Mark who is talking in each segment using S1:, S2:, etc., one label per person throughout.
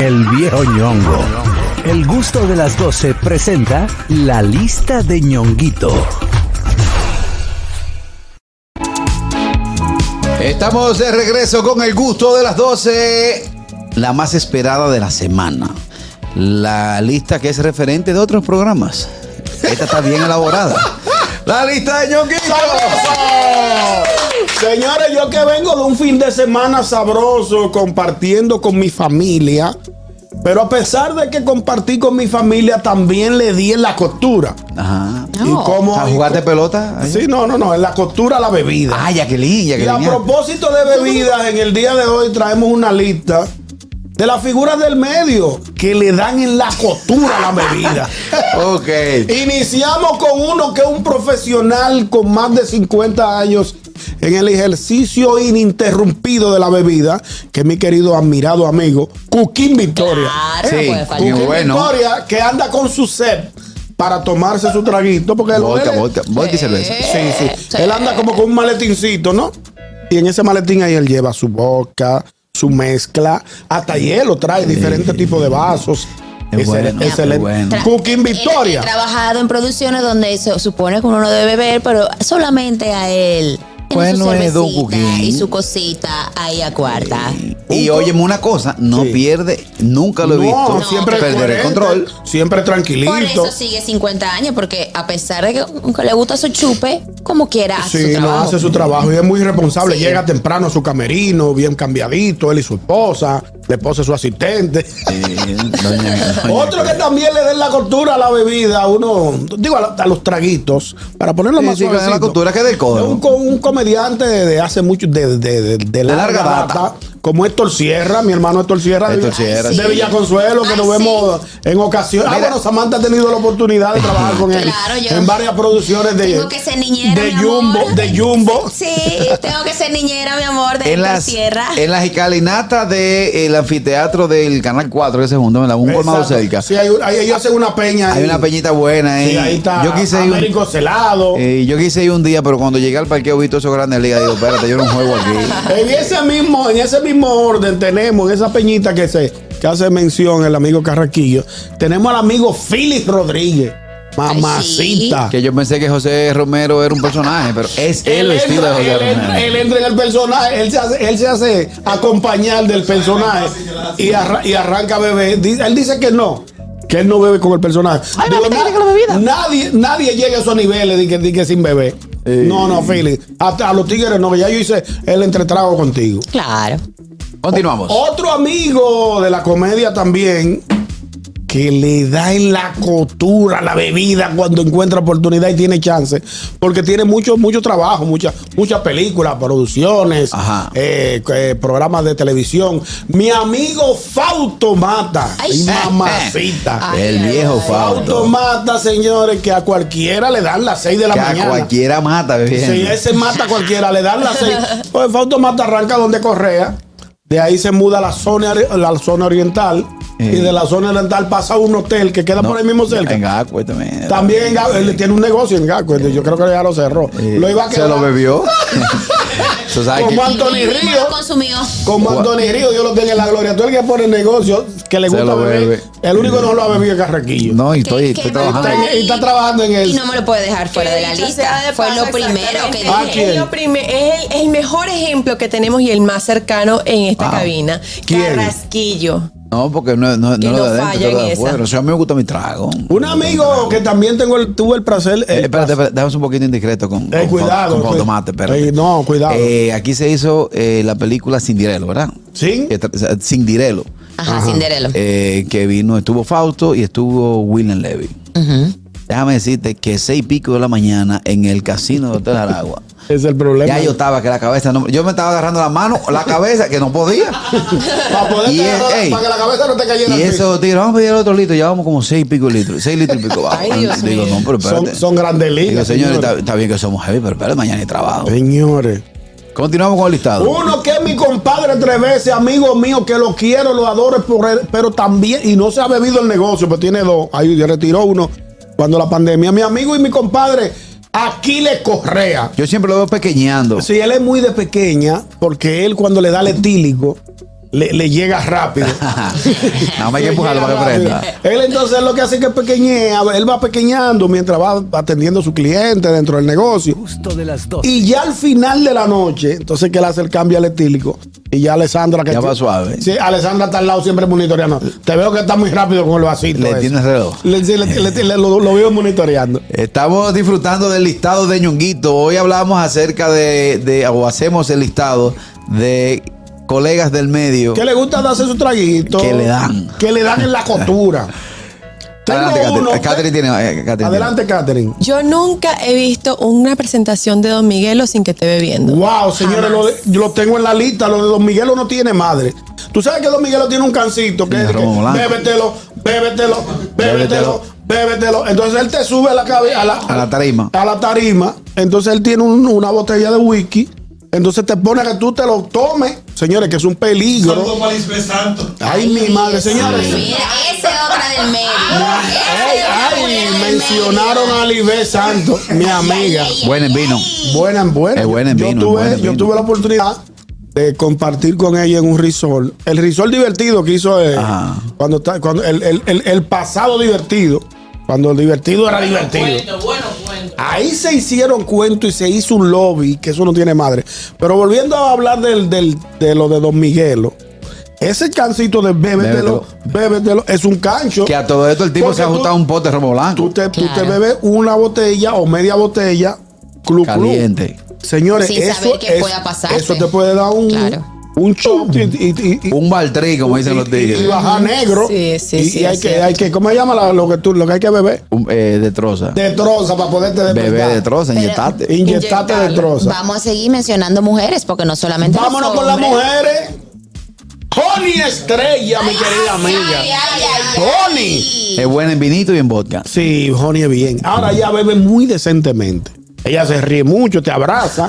S1: El viejo ñongo. El gusto de las 12 presenta la lista de ñonguito.
S2: Estamos de regreso con el gusto de las 12. La más esperada de la semana. La lista que es referente de otros programas. Esta está bien elaborada. La lista de ñonguito.
S3: Señores, yo que vengo de un fin de semana sabroso compartiendo con mi familia, pero a pesar de que compartí con mi familia, también le di en la costura.
S2: Ajá.
S3: Y
S4: No.
S3: como
S2: ¿A jugarte pelota?
S3: Sí, no, no, no, en la costura a la bebida.
S2: Ah, Jacqueline,
S3: Y a
S2: Jacqueline.
S3: propósito de bebidas, en el día de hoy traemos una lista de las figuras del medio que le dan en la costura a la bebida.
S2: Ok.
S3: Iniciamos con uno que es un profesional con más de 50 años en el ejercicio ininterrumpido de la bebida, que es mi querido admirado amigo, Cuquín Victoria.
S4: Claro, no
S2: Sí,
S4: puede
S2: Ah. qué
S4: fallar.
S3: Cuquín
S2: bueno.
S3: Victoria que anda con su set para tomarse su traguito, porque él-
S2: Vodka,
S3: él-
S2: vodka, vodka y cerveza.
S3: Sí, sí. Él anda como con un maletincito, ¿no? Y en ese maletín ahí él lleva su boca, su mezcla, hasta hielo trae, diferentes tipos de vasos.
S2: Qué
S3: Excel-
S2: bueno, qué
S3: excelente.
S2: bueno.
S4: Tra- eh,
S3: Cooking
S4: Él
S3: Victoria.
S4: ha trabajado en producciones donde se supone que uno no debe beber, pero solamente a él. Tiene
S2: Bueno,
S4: su
S2: Pues es Don
S4: cervecita
S2: Cuquín.
S4: Y su cosita ahí a cuarta.
S2: Y óyeme una cosa, no
S3: Sí.
S2: pierde, nunca lo he visto.
S3: No, siempre
S2: perder el
S3: coherente,
S2: control.
S3: Siempre
S4: Por eso
S3: tranquilito.
S4: sigue 50 años, porque a pesar de que aunque le gusta su chupe, como quiera hace
S3: Sí,
S4: su
S3: no
S4: trabajo.
S3: hace su trabajo y es muy responsable.
S4: Sí.
S3: Llega temprano a su camerino, bien cambiadito, él y su esposa, la esposa es su asistente.
S2: Eh, doña- doña-
S3: Otro que también le den la costura a la bebida, a uno, digo, a, la- a los traguitos, para ponerlo
S2: Sí,
S3: más
S2: sí, que
S3: suavecito.
S2: la costura que del codo.
S3: Es Un, co- un comediante de, de hace mucho, de, de- de- de larga
S2: larga
S3: data,
S2: data.
S3: como Héctor Sierra, mi hermano Héctor Sierra, de,
S2: Héctor
S3: Villa-
S2: Sierra,
S3: de
S2: sí.
S3: Villa Consuelo, que
S4: Ay,
S3: nos
S4: Ah, sí.
S3: vemos en ocasiones. Ah,
S2: Mira.
S3: bueno, Samantha ha tenido la oportunidad de trabajar con él
S4: Claro, yo-
S3: en varias producciones de,
S4: Tengo que ser niñera.
S3: de
S4: mi
S3: Jumbo,
S4: amor.
S3: de Jumbo.
S4: Sí, tengo que ser niñera, mi amor, de
S2: en
S4: la
S2: las,
S4: tierra.
S2: en las escalinatas del anfiteatro del Canal 4 que se juntan, ¿verdad? un colmado
S3: Exacto.
S2: cerca.
S3: Sí, hay, un- ahí ellos hacen una peña.
S2: Hay
S3: ahí.
S2: una peñita buena ahí.
S3: Sí, ahí está.
S2: yo, quise ir un,
S3: Américo Celado.
S2: eh, yo quise ir un día, pero cuando llegué al parqueo vi todo eso grande liga. Digo, espérate, yo no juego aquí.
S3: En ese mismo, en ese mismo orden tenemos, en esa peñita que se que hace mención el amigo Carraquillo, tenemos al amigo Félix Rodríguez. Mamacita.
S2: Que yo pensé que José Romero era un personaje, pero es el
S3: Él
S2: vestido de
S3: entra,
S2: José
S3: él
S2: Romero.
S3: entra, él entra en el personaje, él se hace, él se hace acompañar del personaje y, arra- y arranca a beber. Di- Él dice que no, que él no bebe con el personaje. Digo, na- nadie, nadie llega a esos niveles de que, de que sin beber.
S2: Eh.
S3: No, no, Félix. Hasta a los tigres no, ya yo hice el entretrago contigo.
S4: Claro.
S2: Continuamos.
S3: Otro amigo de la comedia también que le da en la cotura la bebida cuando encuentra oportunidad y tiene chance, porque tiene mucho mucho trabajo, muchas muchas películas, producciones,
S2: Ajá.
S3: eh, eh, programas de televisión. Mi amigo Fauto Mata,
S4: Ay,
S3: mamacita.
S4: Ay,
S2: el
S4: ay,
S2: viejo
S4: ay.
S3: Fauto
S2: Fausto.
S3: Mata, señores, que a cualquiera le dan las 6 de la
S2: Que a
S3: mañana.
S2: cualquiera mata, bebiendo.
S3: Sí, ese mata a cualquiera, le dan la seis. Pues Fausto Mata arranca donde Correa. De ahí se muda a la zona, la zona oriental.
S2: Eh.
S3: Y de la zona oriental pasa a un hotel que queda
S2: No,
S3: por ahí mismo cerca.
S2: En este Gaco, también.
S3: También en Ga- él tiene un negocio en Gaco. Yo creo que ya lo cerró.
S2: Eh,
S3: lo iba a
S2: se
S3: quedar
S2: lo bebió. Eso sabe
S3: Como
S2: que-
S3: a- Anthony
S4: Y mi primo
S3: Río.
S4: lo consumió.
S3: Como Anthony Río, Dios lo tenga en la gloria. Todo el que pone negocio que le
S2: Se
S3: gusta
S2: lo
S3: beber.
S2: bebe.
S3: El único que no lo ha bebido es Carraquillo.
S2: no, y
S4: Qué-
S2: estoy,
S4: qué
S2: estoy
S4: mal
S2: trabajando.
S3: Está, en- está trabajando en
S4: Y
S3: él.
S4: no me lo puede dejar fuera de la
S5: Dicho
S4: lista.
S5: sea de
S4: Fue
S5: paso,
S4: lo primero que
S5: exactamente.
S3: Ah,
S4: dije.
S3: ¿quién?
S5: Es lo prime- es el, el mejor ejemplo que tenemos y el más cercano en esta
S2: Wow.
S5: cabina.
S3: ¿Quién?
S5: Carrasquillo.
S2: No, porque no, no,
S5: Que
S2: no
S5: no
S2: lo de
S5: falla
S2: adentro,
S5: en
S2: lo de
S5: esa.
S2: afuera. O sea, a mí me gusta mi trago.
S3: Un amigo que también tengo el, tuve el placer.
S2: Eh,
S3: el
S2: espérate, espérate, déjame un poquito indiscreto con,
S3: Eh,
S2: con,
S3: cuidado,
S2: con
S3: cuid-
S2: Tomate, espérate.
S3: Eh, no, cuidado.
S2: Eh, aquí se hizo eh, la película Cindirelo, ¿verdad?
S3: Sí.
S2: Que tra- o sea, Cindirelo.
S4: Ajá, Cinderelo.
S2: Eh, que vino, estuvo Fausto y estuvo William Levy. Déjame decirte que seis y pico de la mañana en el casino de Hotel Aragua.
S3: Es el problema.
S2: Ya yo estaba que la cabeza no, yo me estaba agarrando la mano, la cabeza que no podía.
S3: Para poder
S2: Y es- ey.
S3: para que la cabeza no te cayera.
S2: Y
S3: al piso.
S2: eso, tiro, vamos a pedir otro litro, llevamos como seis y pico litros, seis litros y pico. Vamos.
S5: Ay, Dios
S2: Digo,
S5: mío.
S2: no, pero espérate.
S3: son, son grandes ligas.
S2: Digo, señores, está, está bien que somos heavy, pero espérate, mañana hay trabajo.
S3: Señores.
S2: Continuamos con el listado.
S3: Uno que es mi compadre tres veces, amigo mío, que lo quiero, lo adoro, por él, pero también, y no se ha bebido el negocio, pero tiene dos. Ahí le retiró uno cuando la pandemia. Mi amigo y mi compadre, Aquiles Correa.
S2: Yo siempre lo veo pequeñando.
S3: Si él es muy de pequeña, porque él cuando le da el etílico, le, le llega rápido.
S2: Nada más hay que empujarlo para que prenda.
S3: Él entonces lo que hace es que pequeñea, él va pequeñando mientras va atendiendo a su cliente dentro del negocio.
S1: Gusto de las 12.
S3: Y ya al final de la noche, entonces que él hace el cambio al etílico. Y ya Alessandra que
S2: Ya va suave.
S3: Sí, Alessandra está al lado siempre monitoreando. Te veo que está muy rápido con el vasito.
S2: Le
S3: ese.
S2: tienes reloj.
S3: Le- sí, le- le- le- lo, lo veo monitoreando.
S2: Estamos disfrutando del listado de Ñonguito. Hoy hablamos acerca de, de- o hacemos el listado de colegas del medio.
S3: Que le gusta darse su traguito.
S2: Que le dan.
S3: Que le dan en la costura. Tengo
S2: Adelante, Catherine.
S3: uno-
S2: Eh, Catherine tiene. eh, Catherine tiene.
S3: Adelante, Catherine.
S5: Yo nunca he visto una presentación de Don Miguelo sin que esté bebiendo.
S3: Wow, señores, lo, de- yo lo tengo en la lista. Lo de Don Miguelo no tiene madre. Tú sabes que Don Miguelo tiene un cancito que,
S2: Sí,
S3: es que
S2: romo blanco.
S3: bébetelo, bébetelo, bébetelo,
S2: Bébetelo.
S3: bébetelo. Entonces él te sube a la, cabe- a la,
S2: A la tarima.
S3: A la tarima. Entonces él tiene un- una botella de whisky. Entonces te pone que tú te lo tomes. Señores, que es un peligro. Ay, mi madre, señores.
S4: Mira, esa es otra del medio. Esa
S3: Ay,
S4: es otra mujer
S3: ay,
S4: del
S3: mencionaron
S4: medio.
S3: a Libé Santos, mi amiga.
S2: Buen en vino.
S3: Buena, buena.
S2: Es buena en
S3: yo,
S2: vino, es
S3: tuve,
S2: buena en
S3: yo
S2: vino.
S3: tuve la oportunidad de compartir con ella en un risol. El risol divertido que hizo eh,
S2: Ajá.
S3: cuando, está- cuando el, el- el- el pasado divertido. Cuando el divertido era divertido. Ahí se hicieron cuentos y se hizo un lobby, que eso no tiene madre. Pero volviendo a hablar del, del- de lo de Don Miguelo, ese cancito de bébetelo, bébetelo, es un cancho.
S2: Que a todo esto el tipo se ha
S3: Porque tú-
S2: ajustado un pote de romo
S3: Tú
S2: blanco.
S3: te, tú te
S4: Claro.
S3: bebes una botella o media botella, clu, clu.
S2: Caliente.
S3: Señores,
S4: Sin
S3: eso,
S4: saber qué
S3: es-
S4: pueda pasarte.
S3: eso te puede dar un,
S4: Claro.
S3: un shock y, y- y- y-
S2: Un baltrí, como Uh, dicen los
S3: y- y
S2: tigres.
S3: bajar negro.
S5: Sí, sí,
S3: y, y
S5: sí,
S3: hay,
S5: es
S3: que,
S5: cierto.
S3: hay que, ¿cómo se llama la- lo que tú, lo que hay que beber?
S2: Un, eh, de troza.
S3: De troza para poderte despertar.
S2: Bebé de troza,
S4: Pero-
S2: inyectate.
S3: Inyectarte de troza.
S4: Vamos a seguir mencionando mujeres porque no solamente.
S3: Vámonos
S4: los
S3: con las
S4: hombres.
S3: mujeres. Connie Estrella, mi querida amiga.
S4: Ay, ay, ay,
S3: Connie.
S2: Es buena en vinito y en vodka.
S3: Sí, Johnny es bien. Ahora ella bebe muy decentemente. Ella se ríe mucho, te abraza.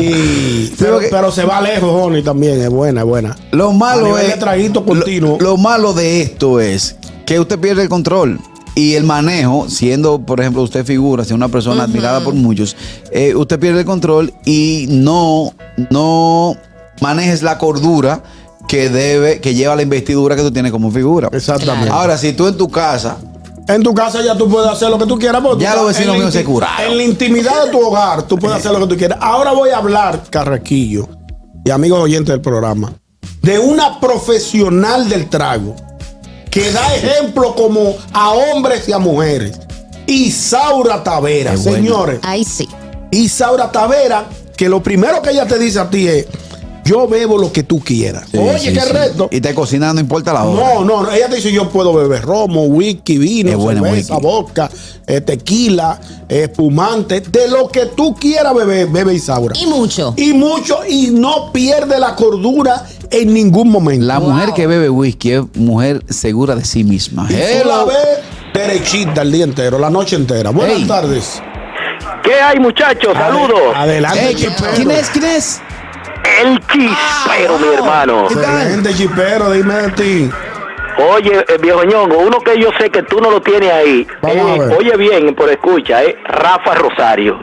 S3: Y- pero,
S2: porque-
S3: pero se va lejos, Johnny, también. Es buena, es buena.
S2: Lo
S3: A
S2: malo
S3: nivel
S2: es.
S3: de traguito continuo.
S2: lo, lo malo de esto es que usted pierde el control. Y el manejo, siendo, por ejemplo, usted figura, siendo una persona admirada por muchos, eh, usted pierde el control y no, no manejes la cordura que debe, que lleva la investidura que tú tienes como figura.
S3: Exactamente.
S2: Ahora, si tú en tu casa,
S3: En tu casa ya tú puedes hacer lo que tú quieras. porque
S2: Ya
S3: tú-
S2: los vecinos
S3: en la
S2: míos se
S3: inti-
S2: curaron.
S3: En la intimidad de tu hogar, tú puedes hacer lo que tú quieras. Ahora voy a hablar, Carraquillo, y amigos oyentes del programa, de una profesional del trago que da ejemplo como a hombres y a mujeres. Isaura Tavera,
S2: Qué bueno.
S3: señores.
S4: Ay, sí.
S3: Isaura Tavera, que lo primero que ella te dice a ti es: Yo bebo lo que tú quieras.
S2: Sí,
S3: Oye,
S2: sí,
S3: qué
S2: sí.
S3: reto.
S2: Y te cocinas, no importa la hora.
S3: No, no, no, ella te dice yo puedo beber romo, whisky, vino,
S2: Es buena
S3: cerveza,
S2: whisky.
S3: vodka, eh, tequila, eh, espumante, de lo que tú quieras beber, bebe Isaura.
S4: Y mucho.
S3: Y mucho, y no pierde la cordura en ningún momento.
S2: La mujer que bebe whisky es mujer segura de sí misma.
S3: Y tú la
S2: Hello.
S3: ves derechita el día entero, la noche entera. Buenas
S2: Ey.
S3: tardes.
S6: ¿Qué hay, muchachos? Saludos.
S3: Adelante,
S2: Ey,
S3: chipero.
S2: ¿Quién es? ¿Quién es?
S6: El chispero, mi hermano.
S2: ¿Qué tal?
S3: Excelente, chipero, dime de ti.
S6: Oye, eh, viejo ñongo, uno que yo sé que tú no lo tienes ahí.
S3: Vamos
S6: Eh,
S3: a ver.
S6: oye bien, por escucha, eh, Rafa Rosario.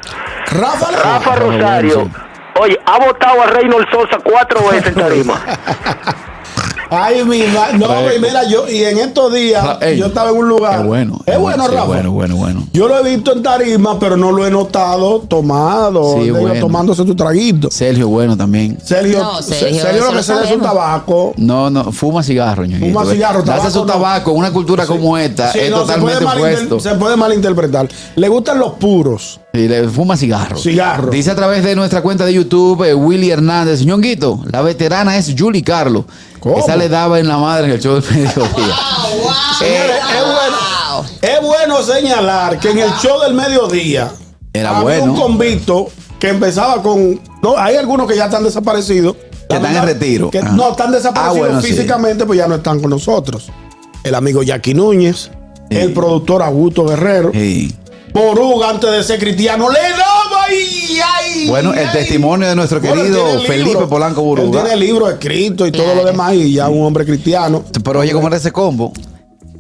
S3: Rafa,
S6: Rafa
S2: Rafa
S6: Rosario.
S2: Wilson.
S6: Oye, ha votado a Reynolds Sosa cuatro veces en tarima.
S3: Ay, mi ma- No,
S2: Fresco.
S3: y mira, yo, y en estos días,
S2: Ah, Ey,
S3: Ah, yo estaba en un lugar.
S2: es bueno,
S3: Es
S2: es
S3: bueno,
S2: bueno, sí,
S3: Rafa.
S2: bueno, bueno, bueno.
S3: Yo lo he visto en tarima, pero no lo he notado tomado,
S2: Sí,
S3: digo,
S2: bueno.
S3: tomándose tu traguito.
S2: Sergio Bueno también.
S3: Sergio,
S4: No,
S3: Se- Sergio,
S4: Sergio, eso
S3: lo que
S4: lo
S3: se da es un
S4: sabemos.
S3: tabaco.
S2: No, no, fuma cigarro, ñoñito.
S3: Fuma cigarro,
S2: Darse
S3: tabaco
S2: su
S3: no.
S2: tabaco en una cultura como esta
S3: Sí,
S2: es
S3: no, se, puede
S2: totalmente
S3: malinter-
S2: opuesto.
S3: se puede malinterpretar. Le gustan los puros.
S2: Y le fuma cigarro.
S3: Cigarro.
S2: Dice a través de nuestra cuenta de YouTube eh, Willy Hernández, ñonguito, la veterana es Julie Carlos.
S3: ¿Cómo?
S2: Esa le daba en la madre en el show del mediodía.
S3: Señores, es bueno, es bueno señalar que en el show del mediodía
S2: Era
S3: había
S2: bueno.
S3: un convicto que empezaba con. No, hay algunos que ya están desaparecidos.
S2: Que están en retiro.
S3: que-
S2: Ajá.
S3: no, están desaparecidos
S2: Ah, bueno, sí.
S3: físicamente, pues ya no están con nosotros. El amigo Jackie Núñez, el productor Augusto Guerrero,
S2: Sí.
S3: Boruga antes de ser cristiano, le daba y ay,
S2: Bueno, el
S3: ay.
S2: testimonio de nuestro
S3: Bueno, él
S2: querido
S3: tiene el
S2: Felipe
S3: libro.
S2: Polanco
S3: Él
S2: Boruga. Eh,
S3: tiene el libro escrito y todo lo
S4: Claro.
S3: demás, y ya un hombre cristiano.
S2: Pero oye, ¿cómo era ese combo?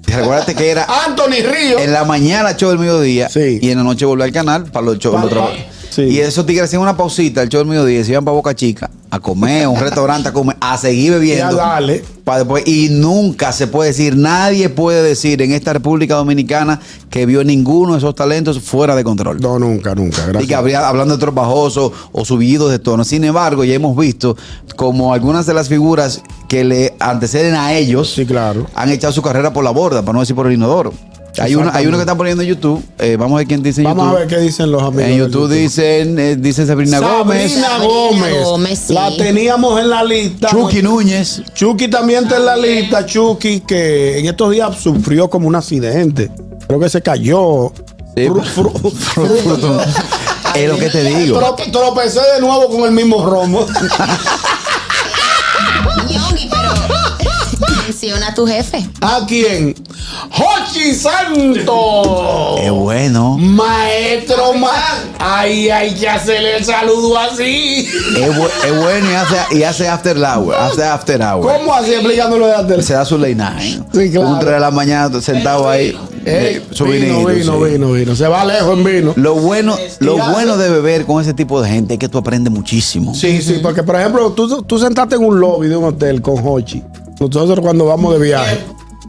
S2: Recuérdate que era
S3: Anthony Ríos.
S2: en la mañana show del mediodía
S3: Sí.
S2: y en la noche volvió al canal para los shows.
S3: Pa-
S2: los otros-
S3: pa- Sí.
S2: Y esos tigres hacían una pausita, el show del mediodía, se iban para Boca Chica a comer, a un restaurante a comer, a seguir bebiendo.
S3: Y a darle.
S2: Pa' después- y nunca se puede decir, nadie puede decir en esta República Dominicana que vio ninguno de esos talentos fuera de control.
S3: No, nunca, nunca.
S2: Y que
S3: Gracias.
S2: habría hablando de otros bajosos o subidos de tono. Sin embargo, ya hemos visto como algunas de las figuras que le anteceden a ellos
S3: Sí, claro.
S2: han echado su carrera por la borda, para no decir por el inodoro. Hay uno, hay uno que están poniendo en YouTube. eh, vamos a ver quién dice en
S3: Vamos a
S2: YouTube.
S3: ver qué dicen los amigos.
S2: En
S3: del
S2: YouTube dicen, eh, dice Sabrina, Gómez,
S3: Sabrina Gómez.
S4: Sabrina Gómez, sí.
S3: La teníamos en la lista.
S2: Chucky Núñez.
S3: Chucky también está en la lista. Chucky, que en estos días sufrió como un accidente. Creo que se cayó.
S2: Sí.
S3: Fru- fru-
S2: es lo que te digo.
S3: Trope- tropecé de nuevo con el mismo romo.
S4: Ñongui, pero menciona a tu jefe.
S3: ¿A quién? ¡Jochi Santo!
S2: Es bueno.
S3: Maestro Man. Ay, ay, que hacerle el saludo así.
S2: Es, bu- es bueno y hace, y hace after hour. Hace after hour.
S3: ¿Cómo así explicándolo de antes?
S2: Pues Se da su late night.
S3: Sí, claro.
S2: Un 3 de la mañana sentado ahí.
S3: Ey,
S2: eh, su
S3: vino,
S2: vinito,
S3: vino,
S2: sí.
S3: vino, vino. Se va lejos en vino.
S2: Lo bueno, lo
S3: Ya.
S2: bueno de beber con ese tipo de gente es que tú aprendes muchísimo.
S3: Sí, sí, porque por ejemplo, tú, tú sentaste en un lobby de un hotel con Hochi. Nosotros cuando vamos de viaje.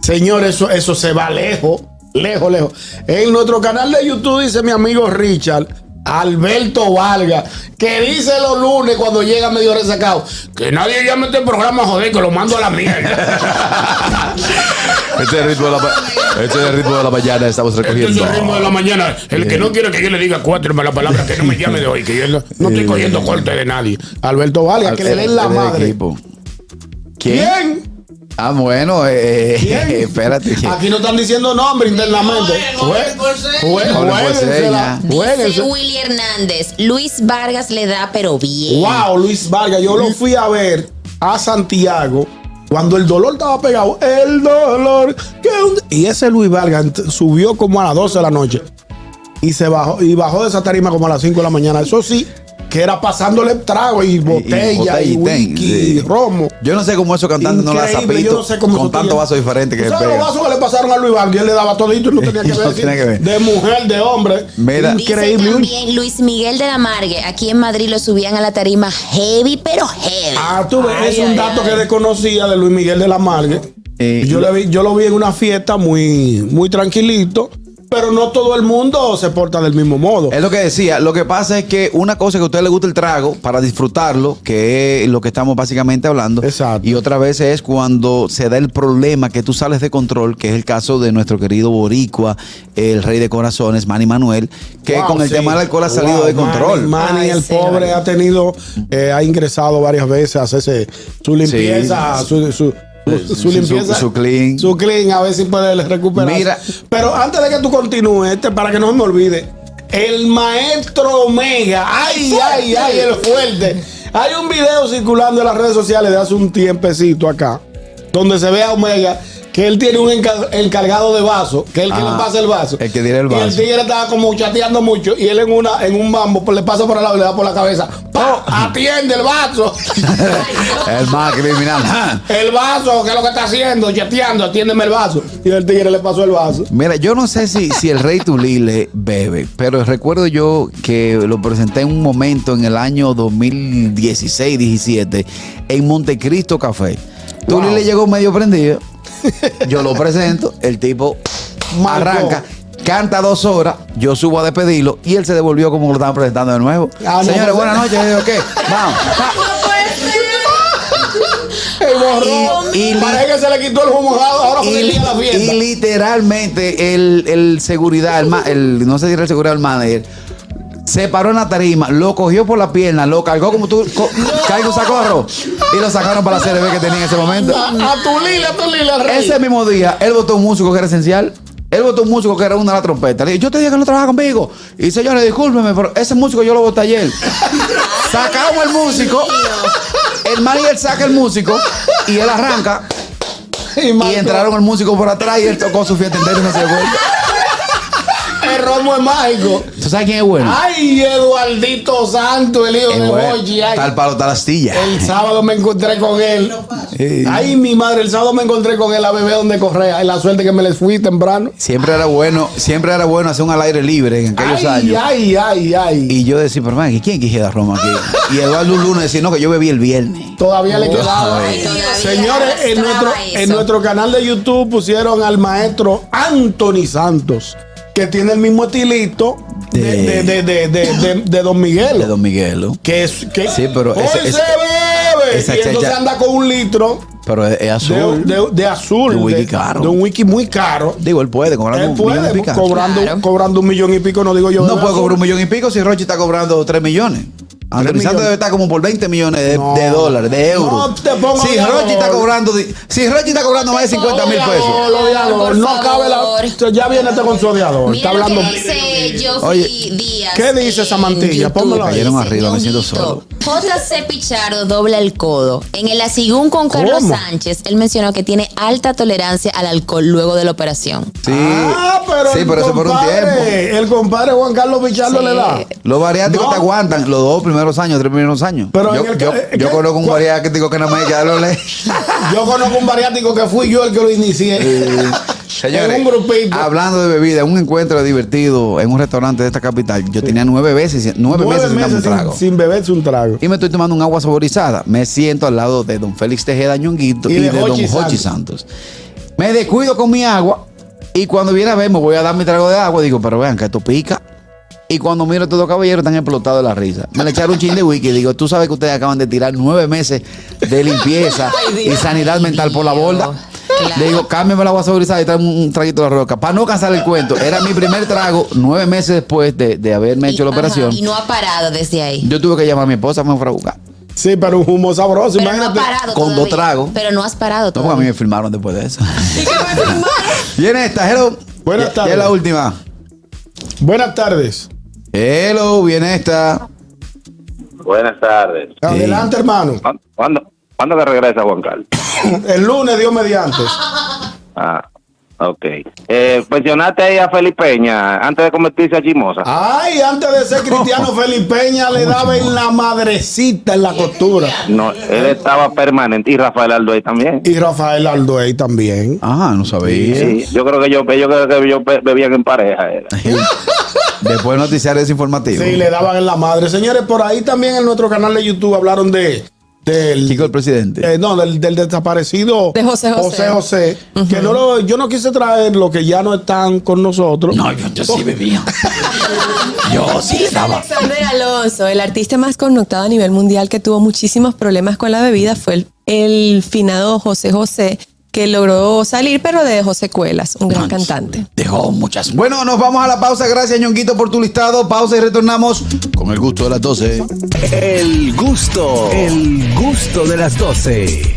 S3: Señor, eso, eso se va lejos, lejos, lejos. En nuestro canal de YouTube dice mi amigo Richard. Alberto Vargas, que dice los lunes cuando llega medio resacado, que nadie llame a este programa joder, que lo mando a la mierda.
S2: Este es el ritmo de la, ma- este es el ritmo de la mañana, estamos
S7: Este es
S2: recogiendo.
S7: el ritmo de la mañana. El que no quiere que yo le diga cuatro malas palabras, que no me llame de hoy, que yo no, no estoy cogiendo corte de nadie.
S3: Alberto Vargas, que le
S2: Este-
S3: den la
S2: este es el
S3: madre.
S2: equipo. ¿Quién?
S3: ¿Quién?
S2: Ah, bueno, eh,
S3: ¿Quién?
S2: espérate. ¿quién?
S3: Aquí no están diciendo nombre internamente. Jue- jue-
S2: No le puede ser, ya.
S3: juéguensela,
S4: Dice
S3: juéguensela.
S4: Willy Hernández, Luis Vargas le da, pero bien.
S3: Wow, Luis Vargas, yo lo fui a ver a Santiago cuando el dolor estaba pegado. El dolor. que un- Y ese Luis Vargas ent- subió como a las 12 de la noche y se bajó y bajó de esa tarima como a las 5 de la mañana. Eso sí, que era pasándole trago y botella y,
S2: botella y ten,
S3: whisky
S2: sí.
S3: y romo.
S2: Yo no sé cómo esos cantantes no la
S3: Increíble,
S2: zapito
S3: yo no sé cómo
S2: con
S3: eso
S2: tanto
S3: tiene-
S2: vaso diferente que
S3: ¿Tú
S2: se
S3: sabes los
S2: pega.
S3: vasos que le pasaron a Luis Vargas? Y él le daba todito y no tenía que
S2: No
S3: ver.
S2: tenía que ver.
S3: De mujer, de hombre.
S2: Mira.
S4: Dice
S3: Increíble. un-
S4: también Luis Miguel de la Margue, aquí en Madrid lo subían a la tarima heavy, pero heavy.
S3: Ah, tú ves,
S5: Ay,
S3: es un
S5: ay,
S3: dato
S5: ay.
S3: que desconocía de Luis Miguel de la Margue.
S2: Eh,
S3: yo, le vi- yo lo vi en una fiesta muy, muy tranquilito, pero no todo el mundo se porta del mismo modo.
S2: Es lo que decía, lo que pasa es que una cosa es que a usted le gusta el trago para disfrutarlo, que es lo que estamos básicamente hablando.
S3: Exacto.
S2: Y otra vez es cuando se da el problema que tú sales de control, que es el caso de nuestro querido Boricua, el rey de corazones, Manny Manuel, que
S3: Wow,
S2: con el
S3: sí.
S2: tema del alcohol ha salido
S3: Wow,
S2: de control.
S3: Manny, Manny,
S5: Ay,
S3: el
S5: sí.
S3: pobre, ha tenido, eh, ha ingresado varias veces a hacerse su limpieza,
S2: Sí.
S3: su, su- su- su limpieza.
S2: su clean.
S3: Su clean, a ver si puede recuperar.
S2: Mira.
S3: Pero antes de que tú continúes, este, para que no se me olvide, el maestro Omega, ay, ay, ay, el fuerte. Hay un video circulando en las redes sociales de hace un tiempecito acá, donde se ve a Omega que él tiene un encar- encargado de vaso, que es el que
S2: Ah,
S3: le pasa el vaso.
S2: el que tira el
S3: Y
S2: vaso.
S3: tigre estaba como chateando mucho y él en una en un mambo pues, le pasa por al lado y le da por la cabeza. ¡Pa! Atiende el vaso.
S2: el más criminal.
S3: el vaso, ¿qué es lo que está haciendo? Chateando, atiéndeme el vaso. Y el tigre le pasó el vaso.
S2: Mira, yo no sé si, si el rey Tulile bebe, pero recuerdo yo que lo presenté en un momento en el año 2016-17 en Montecristo Café. Tulile llegó medio prendido, yo lo presento, el tipo
S3: Marcó.
S2: arranca, canta dos horas, yo subo a despedirlo y él se devolvió como lo estaban presentando de nuevo.
S3: Ah, no,
S2: Señores,
S3: pues-
S2: buenas noches, yo digo, ¿qué? Vamos.
S3: El borró.
S2: Y- y li-
S3: Parece que se le quitó el humo ahora fue el
S2: y,
S3: día de la
S2: y
S3: fiesta.
S2: literalmente el, el seguridad, el, ma- el- no sé si era el seguridad o el manager, se paró en la tarima, lo cogió por la pierna, lo cargó como tú, co- caigo sacorro, y lo sacaron para la CRB que tenía en ese momento.
S3: a, a tu lila, a tu lila, rey.
S2: Ese mismo día, él votó un músico que era esencial. Él votó un músico que era una de la trompeta. Le dije, yo te dije que no trabaja conmigo. Y señores, discúlpeme, pero ese músico yo lo voté ayer. Sacamos el músico. El manager saca el músico y él arranca.
S3: Y
S2: Y
S3: marcó.
S2: entraron el músico por atrás y él tocó su fiesta entera y no se dio cuenta.
S3: El romo es mágico.
S2: ¿Tú sabes quién es bueno?
S3: Ay, Eduardito Santo, el hijo
S2: Es
S3: de
S2: bueno.
S3: Bochi. ay.
S2: Eh, Tal palo, tal astilla.
S3: El sábado me encontré con él.
S2: Sí.
S3: Ay, mi madre, el sábado me encontré con él a bebé donde correa. Y la suerte que me les fui temprano.
S2: Siempre era bueno, siempre era bueno hacer un al aire libre en aquellos
S3: Ay,
S2: años.
S3: ay, ay, ay.
S2: Y yo decía, pero man, ¿y quién quisiera Roma aquí? Y Eduardo Luna decía, no, que yo bebí el viernes.
S3: Todavía le quedaba.
S4: Ay, todavía
S3: Señores, en
S4: arrastraba
S3: nuestro,
S4: eso.
S3: en nuestro canal de YouTube pusieron al maestro Anthony Santos, que tiene el mismo estilito de,
S2: De-
S3: de- de- de- de- de- de Don Miguel.
S2: De Don Miguelo.
S3: que es que
S2: Sí, pero
S3: hoy
S2: ese-
S3: se
S2: ese-
S3: bebe
S2: esa
S3: y entonces
S2: chacha-
S3: anda con un litro
S2: Pero es, es
S3: de,
S2: azul.
S3: de- de azul
S2: De un whisky caro.
S3: de un whisky muy caro
S2: Digo, él puede cobrar
S3: él
S2: un millón
S3: puede
S2: y pico.
S3: cobrando cobrando un millón y pico no digo yo
S2: No
S3: de
S2: puede
S3: azul.
S2: cobrar un millón y pico si Rochi está cobrando 3 millones. Anthony Santos
S3: millones.
S2: debe estar como por 20 millones de,
S3: No.
S2: de dólares, de euros.
S3: No te pongas
S2: si
S3: de
S2: Rochi está
S3: ador.
S2: cobrando, di- si Rochi está cobrando más de 50 mil
S4: Por
S2: pesos.
S4: favor.
S3: Oh, lo de ador,
S4: Por
S3: no cabe
S4: favor.
S3: la ya viene este con su odiador está
S4: Mira lo
S3: hablando
S4: que dice Joffrey
S2: Oye,
S4: Díaz.
S3: ¿qué dice
S4: en
S3: esa mantilla?
S4: YouTube.
S3: Pónmela ahí.
S2: Cayeron
S4: Dice,
S2: arriba, me siento
S4: "Ñonguito,
S2: solo".
S4: JC Pichardo dobla el codo. En el asigún con Carlos
S3: ¿Cómo?
S4: Sánchez, él mencionó que tiene alta tolerancia al alcohol luego de la operación.
S2: Sí,
S3: ah pero
S2: sí,
S3: el
S2: pero eso por un
S3: compadre,
S2: tiempo.
S3: el compadre Juan Carlos Pichardo
S4: Sí.
S3: le da
S2: Los bariátricos
S3: No.
S2: te aguantan los dos primeros años, tres primeros años.
S3: Pero
S2: yo,
S3: en el ca-
S2: yo-
S3: eh,
S2: yo
S3: ¿qué?
S2: conozco un
S3: ¿Cuál?
S2: bariátrico que nada más hay que darle ole.
S3: yo conozco un bariátrico que fui yo el que lo inicié
S2: Eh,
S3: en
S2: Señores,
S3: un grupito
S2: hablando de bebida, un encuentro divertido en un restaurante de esta capital. Yo tenía nueve veces, nueve,
S3: nueve
S2: meses, sin darme un trago.
S3: sin, sin beberse un trago
S2: y me estoy tomando un agua saborizada. Me siento al lado de don Félix Tejeda Ñonguito
S3: Y
S2: y,
S3: de
S2: de, don
S3: Jochi
S2: Jochi Santos. Me descuido con mi agua y cuando viene a ver me voy a dar mi trago de agua. Digo, pero vean que esto pica. Y cuando miro a todos los caballeros están explotados de la risa. Me le echaron un chin de wiki y digo, tú sabes que ustedes acaban de tirar nueve meses de limpieza y sanidad mental por la borda.
S4: Claro.
S2: Le digo, cámbiame el agua saborizada y trae un, un traguito de la roca. Para no cansar el cuento, era mi primer trago nueve meses después de, de haberme hecho la
S4: Ajá,
S2: operación.
S4: Y no ha parado desde ahí.
S2: Yo tuve que llamar a mi esposa, me fue a buscar.
S3: sí pero un humo sabroso
S4: Pero no ha
S3: imagínate
S4: parado.
S2: con dos
S4: todavía.
S2: tragos.
S4: Pero no has parado
S2: No, porque a mí
S4: todavía.
S2: me filmaron después de eso.
S5: ¿Y qué me firmaron?
S2: Viene esta, hello.
S3: Buenas
S2: Ya-
S3: tardes.
S2: Ya es la última.
S3: buenas tardes
S2: Hello, viene esta.
S6: Buenas tardes.
S3: adelante hermano
S6: ¿Cuándo, cuándo, cuándo que regresa Juan Carlos?
S3: El lunes, Dios mediante.
S6: Ah, ok. Eh, mencionaste ahí a Felipe Peña antes de convertirse a Chimosa.
S3: Ay, antes de ser cristiano, Felipeña le daba en la madrecita, en la costura.
S6: No, él estaba permanente y Rafael Aldo ahí también.
S3: Y Rafael Alduey también.
S2: Ajá, no sabía.
S6: Sí, yo creo que yo, yo creo que yo be- bebían en pareja. era.
S2: Después noticiar es informativo.
S3: Sí, le daban en la madre. Señores, por ahí también en nuestro canal de YouTube hablaron de del
S2: Chico el presidente.
S3: eh, no, del, del desaparecido
S5: De José José.
S3: José, que no lo- yo no quise traer lo que ya no están con nosotros.
S2: yo, sí bebía. yo sí
S5: Dice Alexander Alonso, el artista más connotado a nivel mundial que tuvo muchísimos problemas con la bebida fue el, el finado José José, que logró salir, pero de José Cuelas, un gran cantante.
S2: Dejó muchas. Bueno, nos vamos a la pausa. Gracias, Ñonguito, por tu listado. Pausa y retornamos con el gusto de las 12.
S1: El gusto, el gusto de las 12.